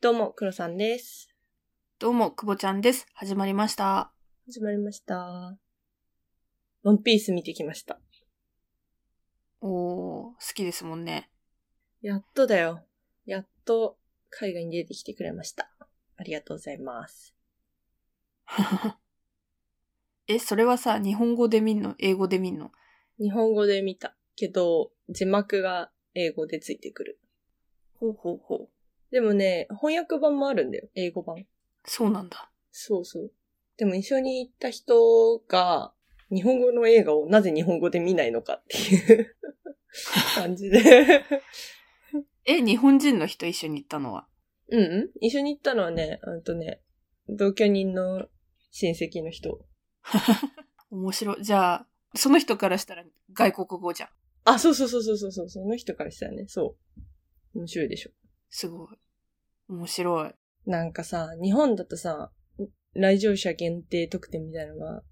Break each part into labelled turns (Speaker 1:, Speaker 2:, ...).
Speaker 1: どうも、黒さんです。
Speaker 2: どうも、くぼちゃんです。始まりました。
Speaker 1: 始まりました。ワンピース見てきました。
Speaker 2: おー、好きですもんね。
Speaker 1: やっとだよ。やっと海外に出てきてくれました。ありがとうございます。
Speaker 2: え、それはさ、日本語で見んの英語で見んの
Speaker 1: 日本語で見たけど、字幕が英語でついてくる。
Speaker 2: ほうほうほう。
Speaker 1: でもね、翻訳版もあるんだよ。英語版。
Speaker 2: そうなんだ。
Speaker 1: そうそう。でも一緒に行った人が、日本語の映画をなぜ日本語で見ないのかっていう 感じで。
Speaker 2: え、日本人の人一緒に行ったのは
Speaker 1: うんうん。一緒に行ったのはね、うんとね、同居人の親戚の人。
Speaker 2: 面白い。じゃあ、その人からしたら外国語じゃん。
Speaker 1: あ、そうそうそうそうそうそう、その人からしたらね、そう。面白いでしょ。
Speaker 2: すごい。面白い。
Speaker 1: なんかさ、日本だとさ、来場者限定特典みたいなのが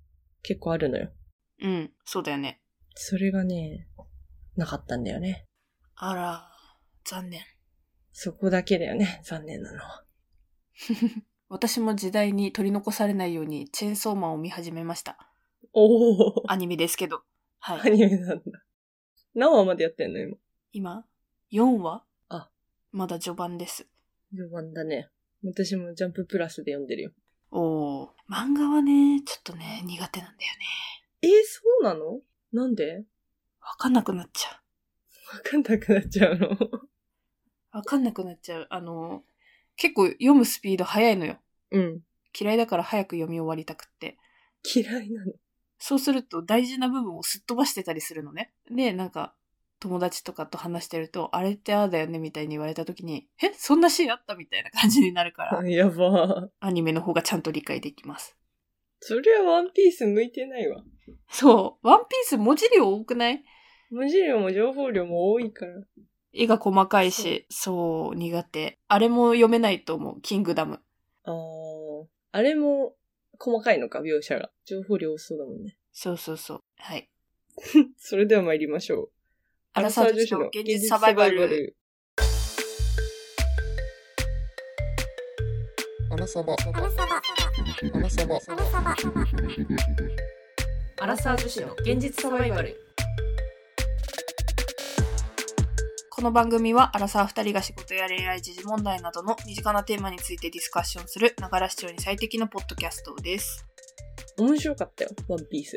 Speaker 1: 結構あるのよ。
Speaker 2: うん、そうだよね。
Speaker 1: それがね、なかったんだよね。
Speaker 2: あら、残念。
Speaker 1: そこだけだよね、残念なのは。
Speaker 2: 私も時代に取り残されないようにチェーンソーマンを見始めました。
Speaker 1: おー、
Speaker 2: アニメですけど。は
Speaker 1: ア
Speaker 2: い。
Speaker 1: ニメなんだ。何話までやってんの今。
Speaker 2: 今、4話
Speaker 1: あ。
Speaker 2: まだ序盤です。
Speaker 1: 序盤だね。私もジャンププラスで読んでるよ。
Speaker 2: おお。漫画はね、ちょっとね、苦手なんだよね。
Speaker 1: えー、そうなのなんで
Speaker 2: わかんなくなっちゃ
Speaker 1: わかんなくなっちゃうの。
Speaker 2: う。わかんなくなっちゃう。あの、結構読むスピード早いのよ。
Speaker 1: うん。
Speaker 2: 嫌いだから早く読み終わりたくって。
Speaker 1: 嫌いなの。
Speaker 2: そうすると大事な部分をすっ飛ばしてたりするのね。で、なんか、友達とかと話してると、あれってああだよねみたいに言われた時に、えそんなシーンあったみたいな感じになるから、
Speaker 1: やばー。
Speaker 2: アニメの方がちゃんと理解できます。
Speaker 1: そりゃワンピース向いてないわ。
Speaker 2: そう。ワンピース文字量多くない
Speaker 1: 文字量も情報量も多いから。
Speaker 2: 絵が細かいし、そう、苦手。あれも読めないと思う。キングダム。
Speaker 1: あー。あれも細かいのか、描写が。情報量多そうだもんね。
Speaker 2: そうそうそう。はい。
Speaker 1: それでは参りましょう。
Speaker 2: アラサー女子の現実サバイバル。。
Speaker 3: アナサバ。アナサバ。
Speaker 2: アラサー女子の現実サバイバル。この番組はアラサー2人が仕事や恋愛時事問題などの身近なテーマについてディスカッションするながら視聴に最適のポッドキャストです。
Speaker 1: 面白かったよ、ワンピース。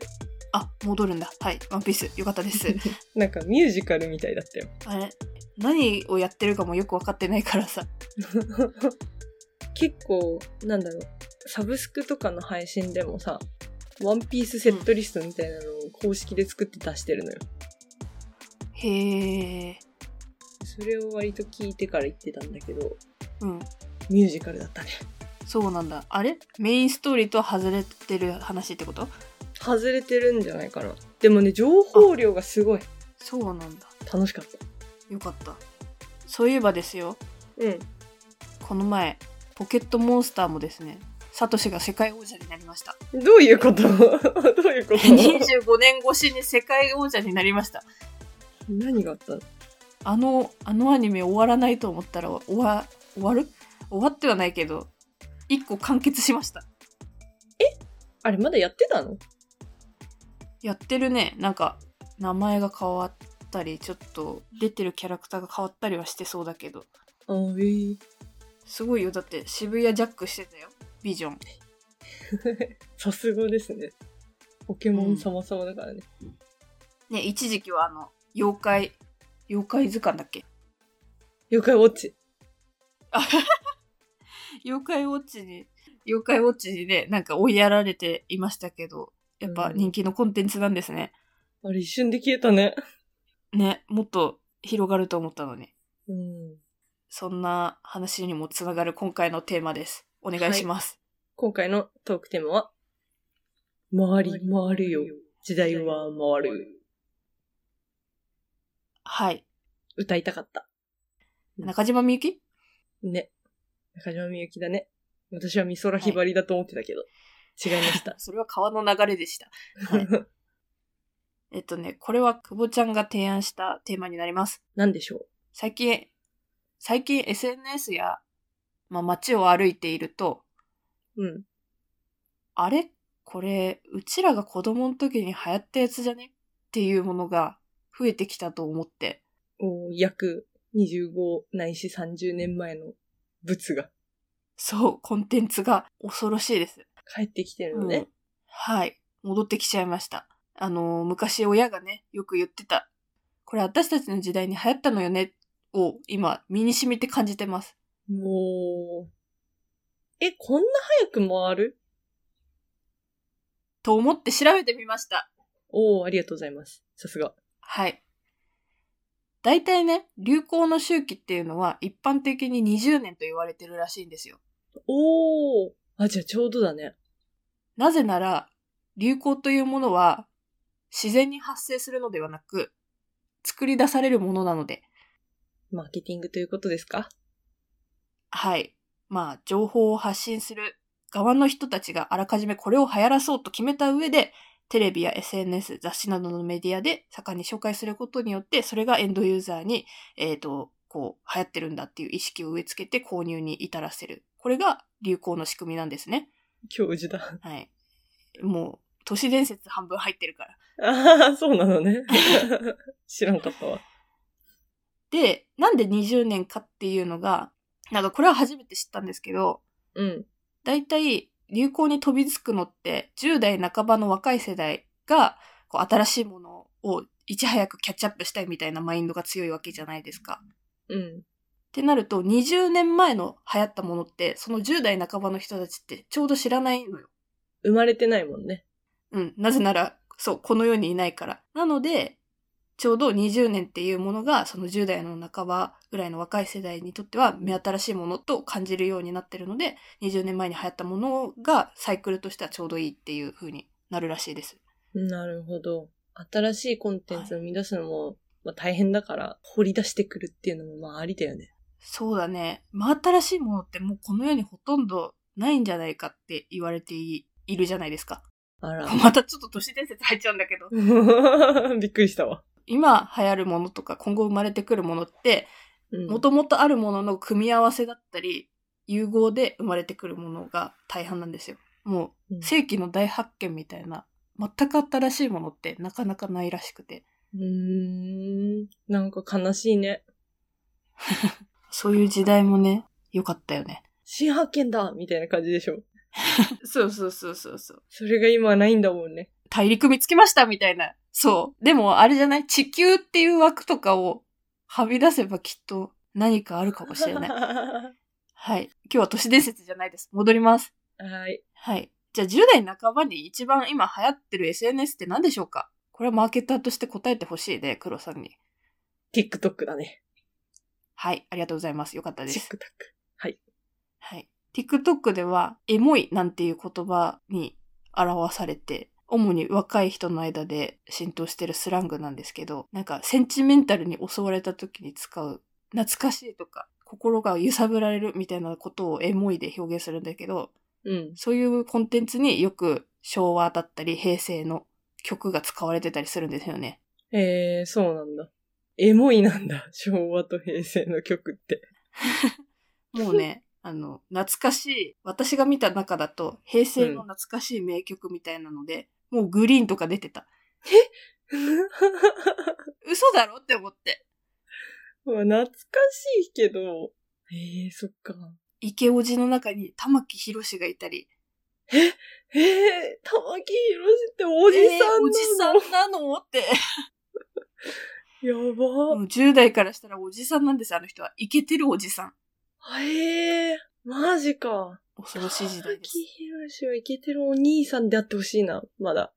Speaker 2: あ、戻るんだ。はい。ワンピース。よかった です。
Speaker 1: なんかミュージカルみたいだったよ。
Speaker 2: あれ何をやってるかもよく分かってないからさ。
Speaker 1: 結構、なんだろう、サブスクとかの配信でもさ、ワンピースセットリストみたいなのを公式で作って出してるのよ。
Speaker 2: へー。
Speaker 1: それを割と聞いてから言ってたんだけど、
Speaker 2: うん。
Speaker 1: ミュージカルだったね。
Speaker 2: そうなんだ。あれメインストーリーとは外れてる話ってこと
Speaker 1: 外れてるんじゃないかな。でもね、情報量がすごい。
Speaker 2: そうなんだ。
Speaker 1: 楽しかった。
Speaker 2: よかった。そういえばですよ。
Speaker 1: うん。
Speaker 2: この前ポケットモンスターもですねサトシが世界王者になりました
Speaker 1: どういうこと どういうこ と
Speaker 2: 25年越しに世界王者になりました
Speaker 1: 何があったの
Speaker 2: あのあのアニメ終わらないと思ったら終わ終わる終わってはないけど1個完結しました
Speaker 1: あれ、まだやってたの
Speaker 2: やってるねなんか名前が変わったりちょっと出てるキャラクターが変わったりはしてそうだけど
Speaker 1: あえー、
Speaker 2: すごいよだって渋谷ジャックしてたよビジョン
Speaker 1: さすがですね。ポケモン様様だからね。
Speaker 2: ね一時期はあの妖怪妖怪図鑑だっけ
Speaker 1: 妖怪ウォッチ。
Speaker 2: 妖怪ウォッチに、妖怪ウォッチにね、なんか追いやられていましたけど、やっぱ人気のコンテンツなんですね。
Speaker 1: あれ、一瞬で消えたね。
Speaker 2: ね、もっと広がると思ったのに。
Speaker 1: うん。
Speaker 2: そんな話にもつながる今回のテーマです。お願いします。
Speaker 1: 今回のトークテーマは、回り回るよ。時代は回る。
Speaker 2: はい。
Speaker 1: 歌いたかった。
Speaker 2: 中島みゆき
Speaker 1: ね。中島みゆきだね。私は美空ひばりだと思ってたけど。違いました。
Speaker 2: それは川の流れでした。 はいえっとね、これは久保ちゃんが提案したテーマになります。
Speaker 1: 何でしょう
Speaker 2: 最近、最近 SNS やまあ、街を歩いていると、
Speaker 1: うん。
Speaker 2: あれこれ、うちらが子供の時に流行ったやつじゃねっていうものが増えてきたと思って。
Speaker 1: おー約25ないし30年前の物が
Speaker 2: そう、コンテンツが恐ろしいです。
Speaker 1: 帰ってきてるの
Speaker 2: うん
Speaker 1: ね。
Speaker 2: はい。戻ってきちゃいました。あのー、昔親がね、よく言ってた。これ私たちの時代に流行ったのよね。を今、身に染みて感じてます。
Speaker 1: もう、え、こんな早く回る
Speaker 2: と思って調べてみました。
Speaker 1: おー、ありがとうございます。さすが。
Speaker 2: はい。大体ね、流行の周期っていうのは一般的に20年と言われてるらしいんですよ。
Speaker 1: おー、あ、じゃあちょうどだね。
Speaker 2: なぜなら、流行というものは自然に発生するのではなく、作り出されるものなので、
Speaker 1: マーケティングということですか
Speaker 2: はい。まあ、情報を発信する側の人たちがあらかじめこれを流行らそうと決めた上で、テレビや SNS、雑誌などのメディアで盛んに紹介することによって、それがエンドユーザーに、えっ、と、こう、流行ってるんだっていう意識を植え付けて購入に至らせる。これが流行の仕組みなんですね。
Speaker 1: 教授だ。
Speaker 2: はい。もう、都市伝説半分入ってるから。
Speaker 1: ああ、そうなの ね。知らんかったわ。
Speaker 2: で、なんで20年かっていうのが、なんかこれは初めて知ったんですけど、
Speaker 1: うん。
Speaker 2: 大体流行に飛びつくのって10代半ばの若い世代がこう新しいものをいち早くキャッチアップしたいみたいなマインドが強いわけじゃないですか。っ
Speaker 1: うん。
Speaker 2: てなると20年前の流行ったものってその10代半ばの人たちってちょうど知らないのよ。
Speaker 1: 生まれてないもんね。
Speaker 2: うん。なぜなら、そう、この世にいないから。なので、ちょうど20年っていうものが、その10代の半ばぐらいの若い世代にとっては、目新しいものと感じるようになってるので、20年前に流行ったものが、サイクルとしてはちょうどいいっていう風になるらしいです。
Speaker 1: なるほど。新しいコンテンツを生み出すのも、まあ、大変だから、掘り出してくるっていうのもまあありだよね。
Speaker 2: そうだね。真新しいものってもうこの世にほとんどないんじゃないかって言われていいるじゃないですか。
Speaker 1: あら。
Speaker 2: またちょっと都市伝説入っちゃうんだけど。
Speaker 1: びっくりしたわ。
Speaker 2: 今流行るものとか今後生まれてくるものって、
Speaker 1: うん
Speaker 2: もともとあるものの組み合わせだったり、融合で生まれてくるものが大半なんですよ。も
Speaker 1: うん
Speaker 2: う、世紀の大発見みたいな、全く新しいものってなかなかないらしくて、
Speaker 1: うーん。なんか悲しいね。
Speaker 2: そういう時代もね、良かったよね。
Speaker 1: 新発見だみたいな感じでしょ。
Speaker 2: そうそうそうそうそう。
Speaker 1: それが今はないんだもんね。
Speaker 2: 大陸見つけましたみたいな。そう。でも、あれじゃない地球っていう枠とかをはみ出せばきっと何かあるかもしれ な い。
Speaker 1: は
Speaker 2: はい。今日は都市伝説じゃないです。戻ります。
Speaker 1: い。
Speaker 2: はい。じゃあ10代半ばに一番今流行ってる SNS って何でしょうかこれはマーケターとして答えてほしいね、黒さんに。
Speaker 1: TikTok だね。
Speaker 2: はい、ありがとうございます。よかったで
Speaker 1: チ
Speaker 2: す
Speaker 1: ッ。クタック。
Speaker 2: はい。TikTok では、エモいなんていう言葉に表されて、主に若い人の間で浸透してるスラングなんですけど、なんかセンチメンタルに襲われた時に使う、懐かしいとか、心が揺さぶられるみたいなことをエモいで表現するんだけど、
Speaker 1: うん。
Speaker 2: そういうコンテンツによく昭和だったり平成の曲が使われてたりするんですよ ね。
Speaker 1: えー、そうなんだ。エモいなんだ。昭和と平成の曲って。
Speaker 2: もうね、あの、懐かしい、私が見た中だと平成の懐かしい名曲みたいなので、もうグリーンとか出てた。嘘だろって思って。
Speaker 1: まあ懐かしいけど。えー、そっか。
Speaker 2: 池叔父の中に玉木宏がいたり。
Speaker 1: えー、玉木宏っておじさんなの、
Speaker 2: えーおじさんなのって。
Speaker 1: やば。
Speaker 2: もう10代からしたらおじさんなんです、あの人は。イケてるおじさん。
Speaker 1: えー、マジか。
Speaker 2: 恐ろしい時代です
Speaker 1: 玉木。宏はイケてるお兄さんであってほしいな、まだ。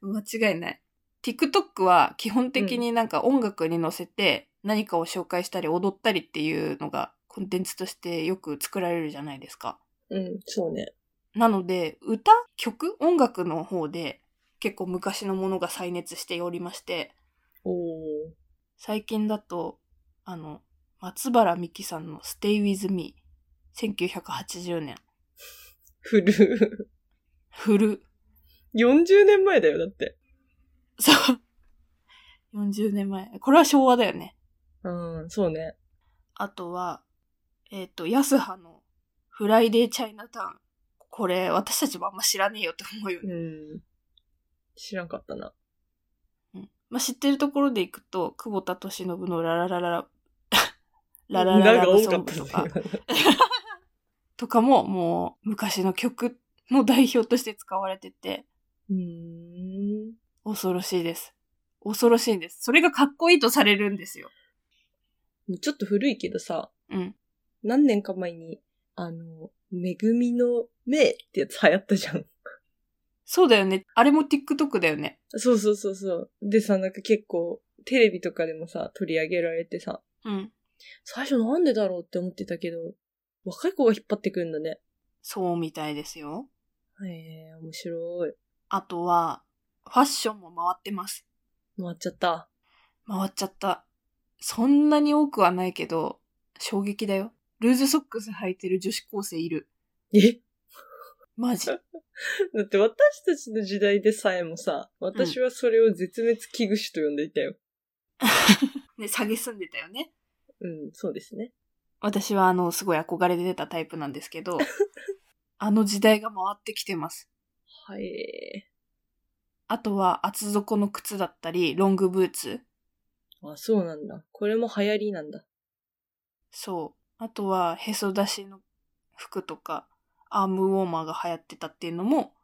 Speaker 2: 間違いない。TikTok は基本的になんか音楽に乗せて何かを紹介したり踊ったりっていうのがコンテンツとしてよく作られるじゃないですか。
Speaker 1: うん、そうね。
Speaker 2: なので歌曲音楽の方で結構昔のものが再熱しておりまして
Speaker 1: おー。
Speaker 2: 最近だとあの松原美樹さんの「Stay with Me」1980年
Speaker 1: 古。
Speaker 2: 古
Speaker 1: 40年前だよ、だって。
Speaker 2: そう40年前これは昭和だよね
Speaker 1: うん、そうね。
Speaker 2: あとは、えっ、と、安葉のフライデーチャイナタウン。これ、私たちもあんま知らねえよって思うよね。
Speaker 1: うん。知らんかったな。
Speaker 2: うんまあ、知ってるところで行くと、久保田利信のララララ ラ、ラララ
Speaker 1: 裏
Speaker 2: ラ
Speaker 1: が
Speaker 2: ラ
Speaker 1: 多
Speaker 2: ソ
Speaker 1: か
Speaker 2: ン
Speaker 1: っ
Speaker 2: グ
Speaker 1: た
Speaker 2: と
Speaker 1: で
Speaker 2: か、とかももう昔の曲の代表として使われてて、
Speaker 1: うん。
Speaker 2: 恐ろしいです。恐ろしいんです。それがかっこいいとされるんですよ。
Speaker 1: ちょっと古いけどさ、
Speaker 2: うん。
Speaker 1: 何年か前に、あの、めぐみの目ってやつ流行ったじゃん。
Speaker 2: そうだよね。あれも TikTok だよね。
Speaker 1: そうそうそうそう。でさ、なんか結構、テレビとかでもさ、取り上げられてさ、
Speaker 2: うん。
Speaker 1: 最初なんでだろうって思ってたけど、若い子が引っ張ってくるんだね。
Speaker 2: そうみたいですよ。
Speaker 1: へえ、面白い。
Speaker 2: あとは、ファッションも回ってます。
Speaker 1: 回っちゃった。
Speaker 2: 回っちゃった。そんなに多くはないけど、衝撃だよ。ルーズソックス履いてる女子高生いる。
Speaker 1: え
Speaker 2: マジ。
Speaker 1: だって私たちの時代でさえもさ、私はそれを絶滅危惧種と呼んでいたよ。
Speaker 2: ね、下げすんでたよね。
Speaker 1: うん、そうですね。
Speaker 2: 私はあの、すごい憧れてたタイプなんですけど、あの時代が回ってきてます。
Speaker 1: はい。
Speaker 2: あとは厚底の靴だったり、ロングブーツ。
Speaker 1: あ、そうなんだ。これも流行りなんだ。
Speaker 2: そう。あとはへそ出しの服とか、アームウォーマーが流行ってたっていうのも、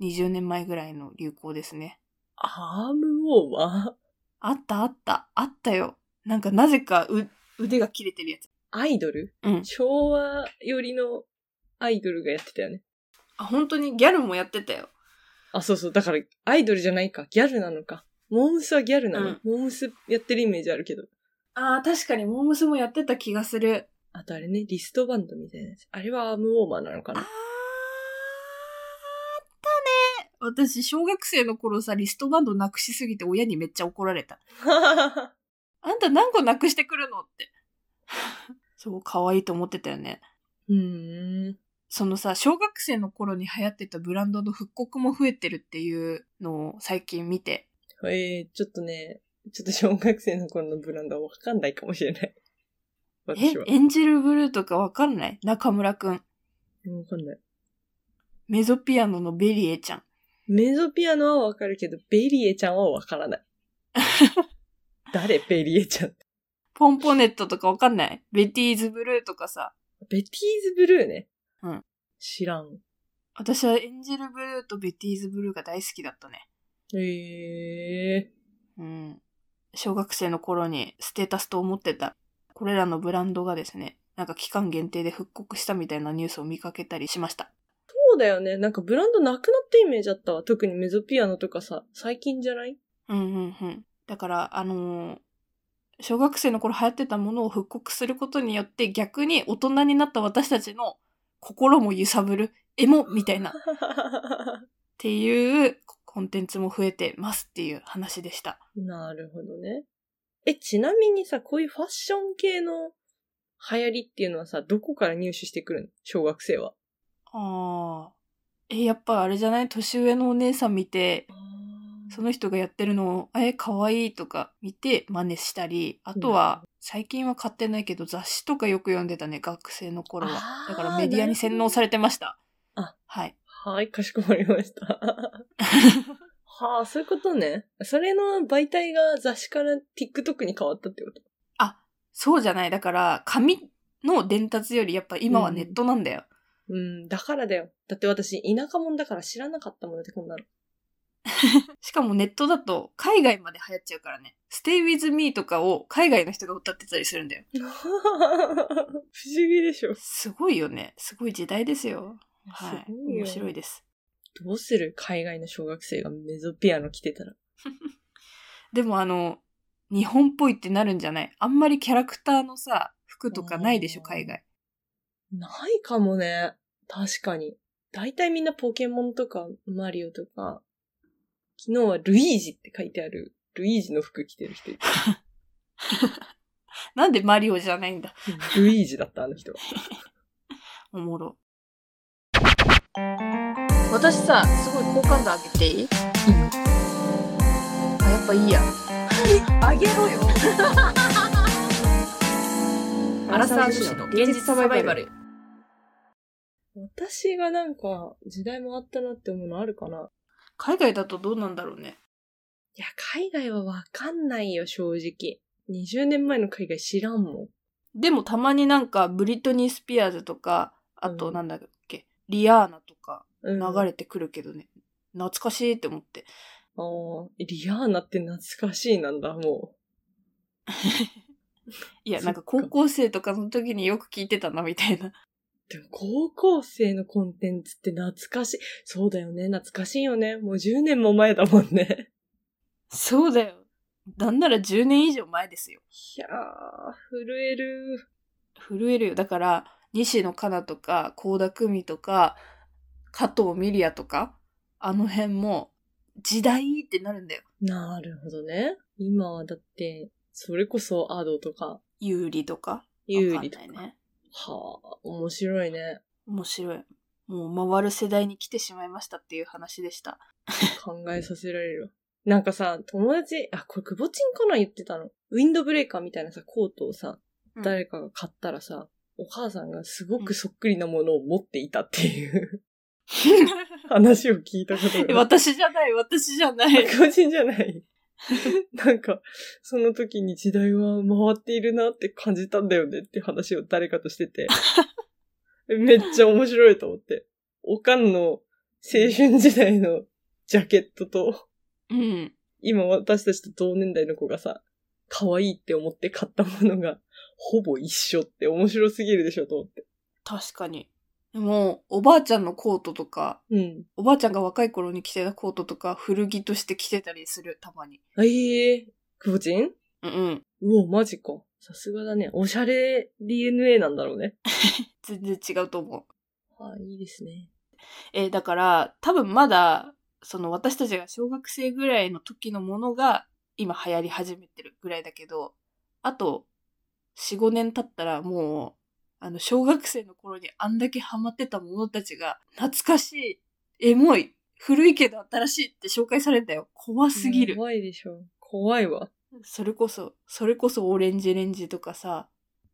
Speaker 2: 20年前ぐらいの流行ですね。
Speaker 1: アームウォーマー
Speaker 2: あったあった、あったよ。なんかなぜかう腕が切れてるやつ。
Speaker 1: アイドル
Speaker 2: うん。
Speaker 1: 昭和寄りのアイドルがやってたよね。
Speaker 2: あ、本当にギャルもやってたよ。
Speaker 1: あ、そうそう。だから、アイドルじゃないか。ギャルなのか。モームスはギャルなの。
Speaker 2: うん
Speaker 1: モームスやってるイメージあるけど。
Speaker 2: ああ、確かにモームスもやってた気がする。
Speaker 1: あとあれね、リストバンドみたいなやつ。あれはアームウォーマーなのか
Speaker 2: あーあ っ
Speaker 1: な
Speaker 2: たね。私、小学生の頃さ、リストバンドなくしすぎて親にめっちゃ怒られた。あんた何個なくしてくるのって。 そう、可愛いと思ってたよね。
Speaker 1: うーん。
Speaker 2: そのさ、小学生の頃に流行ってたブランドの復刻も増えてるっていうのを最近見て。
Speaker 1: えー、ちょっとね、ちょっと小学生の頃のブランドはわかんないかもしれない。
Speaker 2: え
Speaker 1: 私は、。
Speaker 2: エンジェルブルーとかわかんない中村くん。
Speaker 1: わかんない。
Speaker 2: メゾピアノのベリエちゃん。
Speaker 1: メゾピアノはわかるけど、ベリエちゃんはわから ない。誰ベリエちゃん。
Speaker 2: ポンポネットとかわかんないベティーズブルーとかさ。
Speaker 1: ベティーズブルーね。
Speaker 2: うん。
Speaker 1: 知らん。
Speaker 2: 私はエンジェルブルーとベティーズブルーが大好きだったね。
Speaker 1: へえ
Speaker 2: うん。小学生の頃にステータスと思ってた。これらのブランドがですね、なんか期間限定で復刻したみたいなニュースを見かけたりしました。
Speaker 1: そうだよね。なんかブランドなくなったイメージあったわ。特にメゾピアノとかさ、最近じゃ ない
Speaker 2: うんうんうん。だから、あのー小学生の頃流行ってたものを復刻することによって逆に大人になった私たちの心も揺さぶるエモみたいなっていうコンテンツも増えてますっていう話でした。
Speaker 1: なるほどね。え、ちなみにさ、こういうファッション系の流行りっていうのはさ、どこから入手してくるの小学生は。
Speaker 2: ああ。え、やっぱあれじゃない年上のお姉さん見て、その人がやってるのを、え、可愛いとか見て真似したり、あとは、最近は買ってないけど雑誌とかよく読んでたね、学生の頃は
Speaker 1: あ。ー
Speaker 2: だからメディアに洗脳されてました。
Speaker 1: なるほど
Speaker 2: はい。
Speaker 1: はい、かしこまりました。はあ、そういうことね。それの媒体が雑誌から TikTok に変わったってこと
Speaker 2: そうじゃない。だから、紙の伝達よりやっぱ今はネットなんだよ。
Speaker 1: うん、だからだよ。だって私、田舎者だから知らなかったもんだってこん なの。
Speaker 2: しかもネットだと海外まで流行っちゃうからね。Stay with me とかを海外の人が歌ってたりするんだよ。
Speaker 1: 不思議でしょ。
Speaker 2: すごいよね。すごい時代ですよ。はい。
Speaker 1: すごいよ
Speaker 2: 面白いです。
Speaker 1: どうする海外の小学生がメゾピアノ着てたら。
Speaker 2: でもあの、日本っぽいってなるんじゃないあんまりキャラクターのさ、服とかないでしょ、
Speaker 1: うん
Speaker 2: 海外。
Speaker 1: ないかもね。確かに。大体みんなポケモンとかマリオとか、昨日はルイージって書いてある、ルイージの服着てる人いた。
Speaker 2: なんでマリオじゃないんだ。
Speaker 1: ルイージだった、あの人は。
Speaker 2: おもろ。私さ、すごい好感度上げていいあ、やっぱいいや。上げろよ。 アラサー女子の現実サバイバル。
Speaker 1: 私がなんか、時代もあったなって思うのあるかな
Speaker 2: 海外だとどうなんだろうね。
Speaker 1: いや、海外はわかんないよ、正直。20年前の海外知らんもん。
Speaker 2: でもたまになんか、ブリトニー・スピアーズとか、あとなんだっけ、リアーナとか
Speaker 1: うん、
Speaker 2: 流れてくるけどね。懐かしいって思って。
Speaker 1: ああ、リアーナって懐かしいなんだ、も
Speaker 2: いや、
Speaker 1: そっか
Speaker 2: なんか高校生とかの時によく聞いてたな、みたいな。
Speaker 1: う。でも、高校生のコンテンツって懐かしい。そうだよね、懐かしいよね。もう10年も前だもんね。
Speaker 2: そうだよ。なんなら10年以上前ですよ。
Speaker 1: いやー、震える。
Speaker 2: 震えるよ。だから、西野カナとか、高田久美とか、加藤ミリアとか、あの辺も、時代ってなるんだよ。
Speaker 1: なるほどね。今はだって、それこそアドとか、
Speaker 2: 有利とか。
Speaker 1: 有利
Speaker 2: わ
Speaker 1: と
Speaker 2: か
Speaker 1: か。
Speaker 2: んないね。
Speaker 1: はあ、面白いね。
Speaker 2: 面白い。もう回る世代に来てしまいましたっていう話 でした。
Speaker 1: 考えさせられるわ。なんかさ、友達、あ、これくぼちんかな言ってたの。ウィンドブレーカーみたいなさ、コートをさ、
Speaker 2: うん
Speaker 1: 誰かが買ったらさ、お母さんがすごくそっくりなものを持っていたっていう 話を聞いたことがある。
Speaker 2: 私じゃない、私じゃな い。
Speaker 1: くぼちんじゃない。なんか、その時に時代は回っているなって感じたんだよねって話を誰かとして て。めっちゃ面白いと思って。おかんの青春時代のジャケットと、
Speaker 2: うん。
Speaker 1: 今私たちと同年代の子がさ、可愛いって思って買ったものが、ほぼ一緒って面白すぎるでしょと思って。
Speaker 2: 確かに。でも、おばあちゃんのコートとか、
Speaker 1: うん。
Speaker 2: おばあちゃんが若い頃に着てたコートとか、古着として着てたりする、たまに。
Speaker 1: ええくぼちん
Speaker 2: うんうん。
Speaker 1: うお、マジか。さすがだね。おしゃれ DNA なんだろうね。
Speaker 2: 全然違うと思う。
Speaker 1: はい、いいですね。
Speaker 2: えーだから、多分まだ、その私たちが小学生ぐらいの時のものが今流行り始めてるぐらいだけど、あと4、5年経ったらもう、あの、小学生の頃にあんだけハマってたものたちが、懐かしい、エモい、古いけど新しいって紹介されたよ。怖すぎる。
Speaker 1: 怖いでしょ。怖いわ。
Speaker 2: それこそ、それこそオレンジレンジとかさ、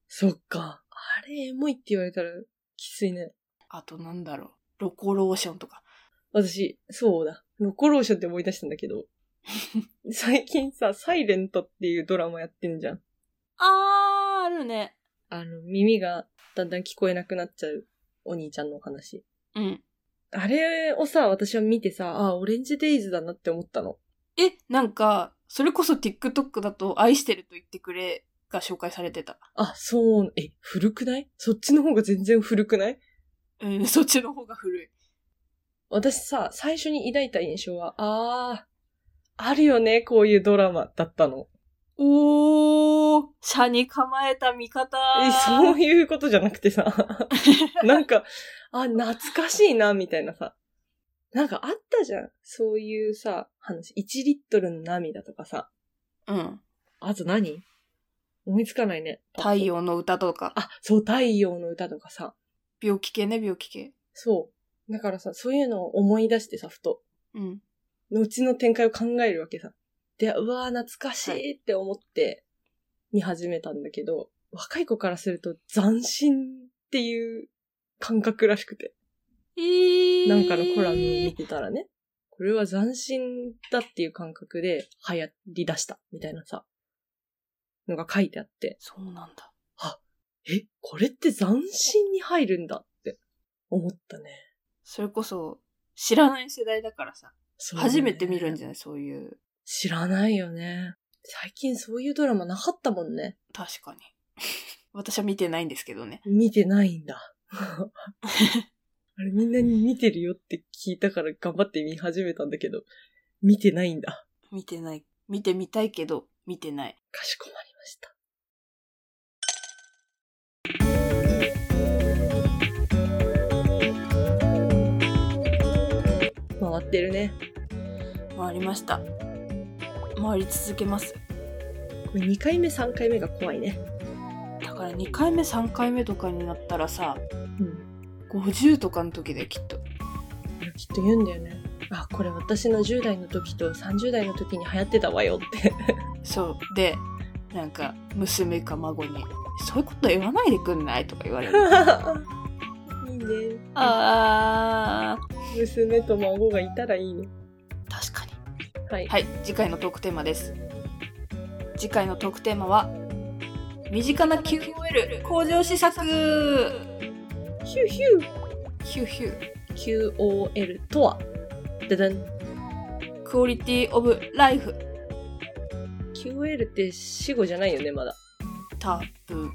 Speaker 1: そっか。あれ、エモいって言われたら、きついね。
Speaker 2: あとなんだろう、ロコローションとか。
Speaker 1: 私、そうだ。ロコローションって思い出したんだけ ど。最近さ、サイレントっていうドラマやってんじゃん。
Speaker 2: あー、あるね。
Speaker 1: あの、耳がだんだん聞こえなくなっちゃうお兄ちゃんのお話。
Speaker 2: うん。
Speaker 1: あれをさ、私は見てさ、あ、オレンジデイズだなって思ったの。
Speaker 2: え、なんか、それこそ TikTok だと愛してると言ってくれが紹介されてた。
Speaker 1: あ、そう、え、古くないそっちの方が全然古くない
Speaker 2: うん、そっちの方が古い。
Speaker 1: 私さ、最初に抱いた印象は、あー、あるよね、こういうドラマだったの。
Speaker 2: おー、車に構えた味方
Speaker 1: え、そういうことじゃなくてさ、なんか、あ、懐かしいな、みたいなさ。なんかあったじゃん。そういうさ、話、1リットルの涙とかさ。
Speaker 2: うん。
Speaker 1: あと何思いつかないね。
Speaker 2: 太。陽の歌とか、
Speaker 1: あ、そう、太陽の歌とかさ。
Speaker 2: 病気系ね、病気系。
Speaker 1: そう。だからさ、そういうのを思い出してさ、ふと。
Speaker 2: うん。
Speaker 1: 後の展開を考えるわけさ。で、うわー懐かしいって思って見始めたんだけど、若い子からすると斬新っていう感覚らしくて。
Speaker 2: えー、
Speaker 1: なんかのコラム見てたらね。これは斬新だっていう感覚で流行り出した、みたいなさ、のが書いてあって。
Speaker 2: そうなんだ。
Speaker 1: え、これって斬新に入るんだって思ったね。
Speaker 2: それこそ、知らない世代だからさ、初めて見るん
Speaker 1: ゃ。
Speaker 2: じゃないそういう、
Speaker 1: 知らないよね。最近そういうドラマなかったもんね。
Speaker 2: 確かに。 私は見てないんですけど ね。
Speaker 1: 見てないんだ。あれみんなに見てるよって聞いたから頑張って見始めたんだけど、見てないんだ。
Speaker 2: 見てない。見てみたいけど、見てない。
Speaker 1: かしこまりました。回ってるね。
Speaker 2: 回りました回り続けます
Speaker 1: これ2回目3回目が怖いね。
Speaker 2: だから2回目3回目とかになったらさ
Speaker 1: うん。
Speaker 2: 50とかの時できっと
Speaker 1: いやきっと言うんだよねあこれ私の10代の時と30代の時に流行ってたわよって
Speaker 2: そうでなんか娘か孫にそういうこと言わないでくんないとか言われる。
Speaker 1: いいね。
Speaker 2: あー、
Speaker 1: 娘と孫がいたらいいね。
Speaker 2: 確かに。
Speaker 1: はい。
Speaker 2: はい、次回のトークテーマです。次回のトークテーマは、身近な QOL 向上施策
Speaker 1: ヒューヒュー
Speaker 2: ヒューヒュ
Speaker 1: QOL とはででん。
Speaker 2: ー、クオリティオブライフ、
Speaker 1: QL って死語じゃないよね、まだ。
Speaker 2: 多分、うん。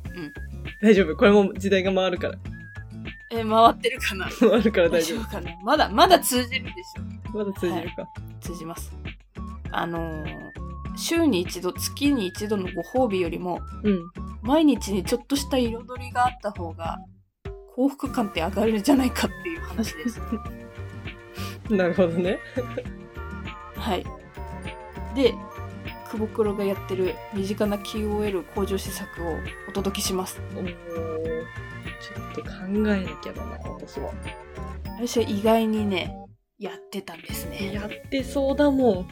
Speaker 1: 大丈夫。これも時代が回るから。
Speaker 2: え、回ってるかな
Speaker 1: 回るから
Speaker 2: 大
Speaker 1: 大
Speaker 2: 丈
Speaker 1: 丈
Speaker 2: 夫かなまだ、まだ通じるでし
Speaker 1: 夫。まだ通じるか。
Speaker 2: ょ。通じます。あのー週に一度、月に一度のご褒美よりも、
Speaker 1: うん。
Speaker 2: 毎日にちょっとした彩りがあった方が、幸福感って上がるんじゃないかっていう話 です。
Speaker 1: なるほどね。
Speaker 2: はい。で、久保黒がやってる身近な QOL 向上施策をお届けします。
Speaker 1: おーちょっと考えなきゃだな、私は。
Speaker 2: 私は意外にね、やってたんですね。や
Speaker 1: やってそうだもん。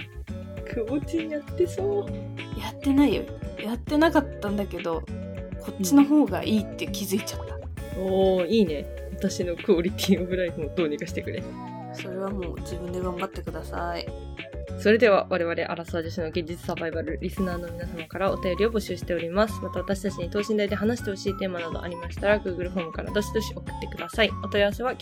Speaker 1: くぼちんやってそう。
Speaker 2: ってないよ。やってなかったんだけど、こっちの方がいいって気づいちゃった。
Speaker 1: おー、いいね。私のクオリティオブライフもどうにかしてくれ。
Speaker 2: それはもう自分で頑張ってください。
Speaker 1: それでは我々アラサー女子の現実サバイバルリスナーの皆様からお便りを募集しておりますまた私たちに等身大で話してほしいテーマなどありましたら Google フォームからどしどし送ってくださいお問い合わせは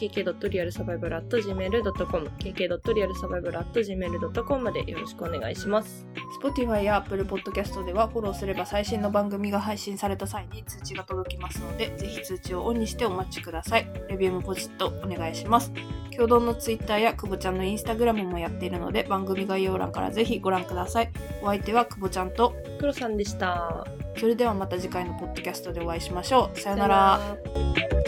Speaker 1: kk.realsurvival.gmail.com kk.realsurvival.gmail.com までよろしくお願いします
Speaker 2: Spotify や Apple Podcast ではフォローすれば最新の番組が配信された際に通知が届きますので、ぜひ通知をオンにしてお待ちください。レビューもポチッとお願いします。共同の Twitter やくぼちゃんの Instagram もやっているので、番組概要欄からぜひご覧ください。お相手はくぼちゃんと、
Speaker 1: クロさんでした
Speaker 2: それではまた次回のポッドキャストでお会いしましょう。さよなら。
Speaker 1: さよなら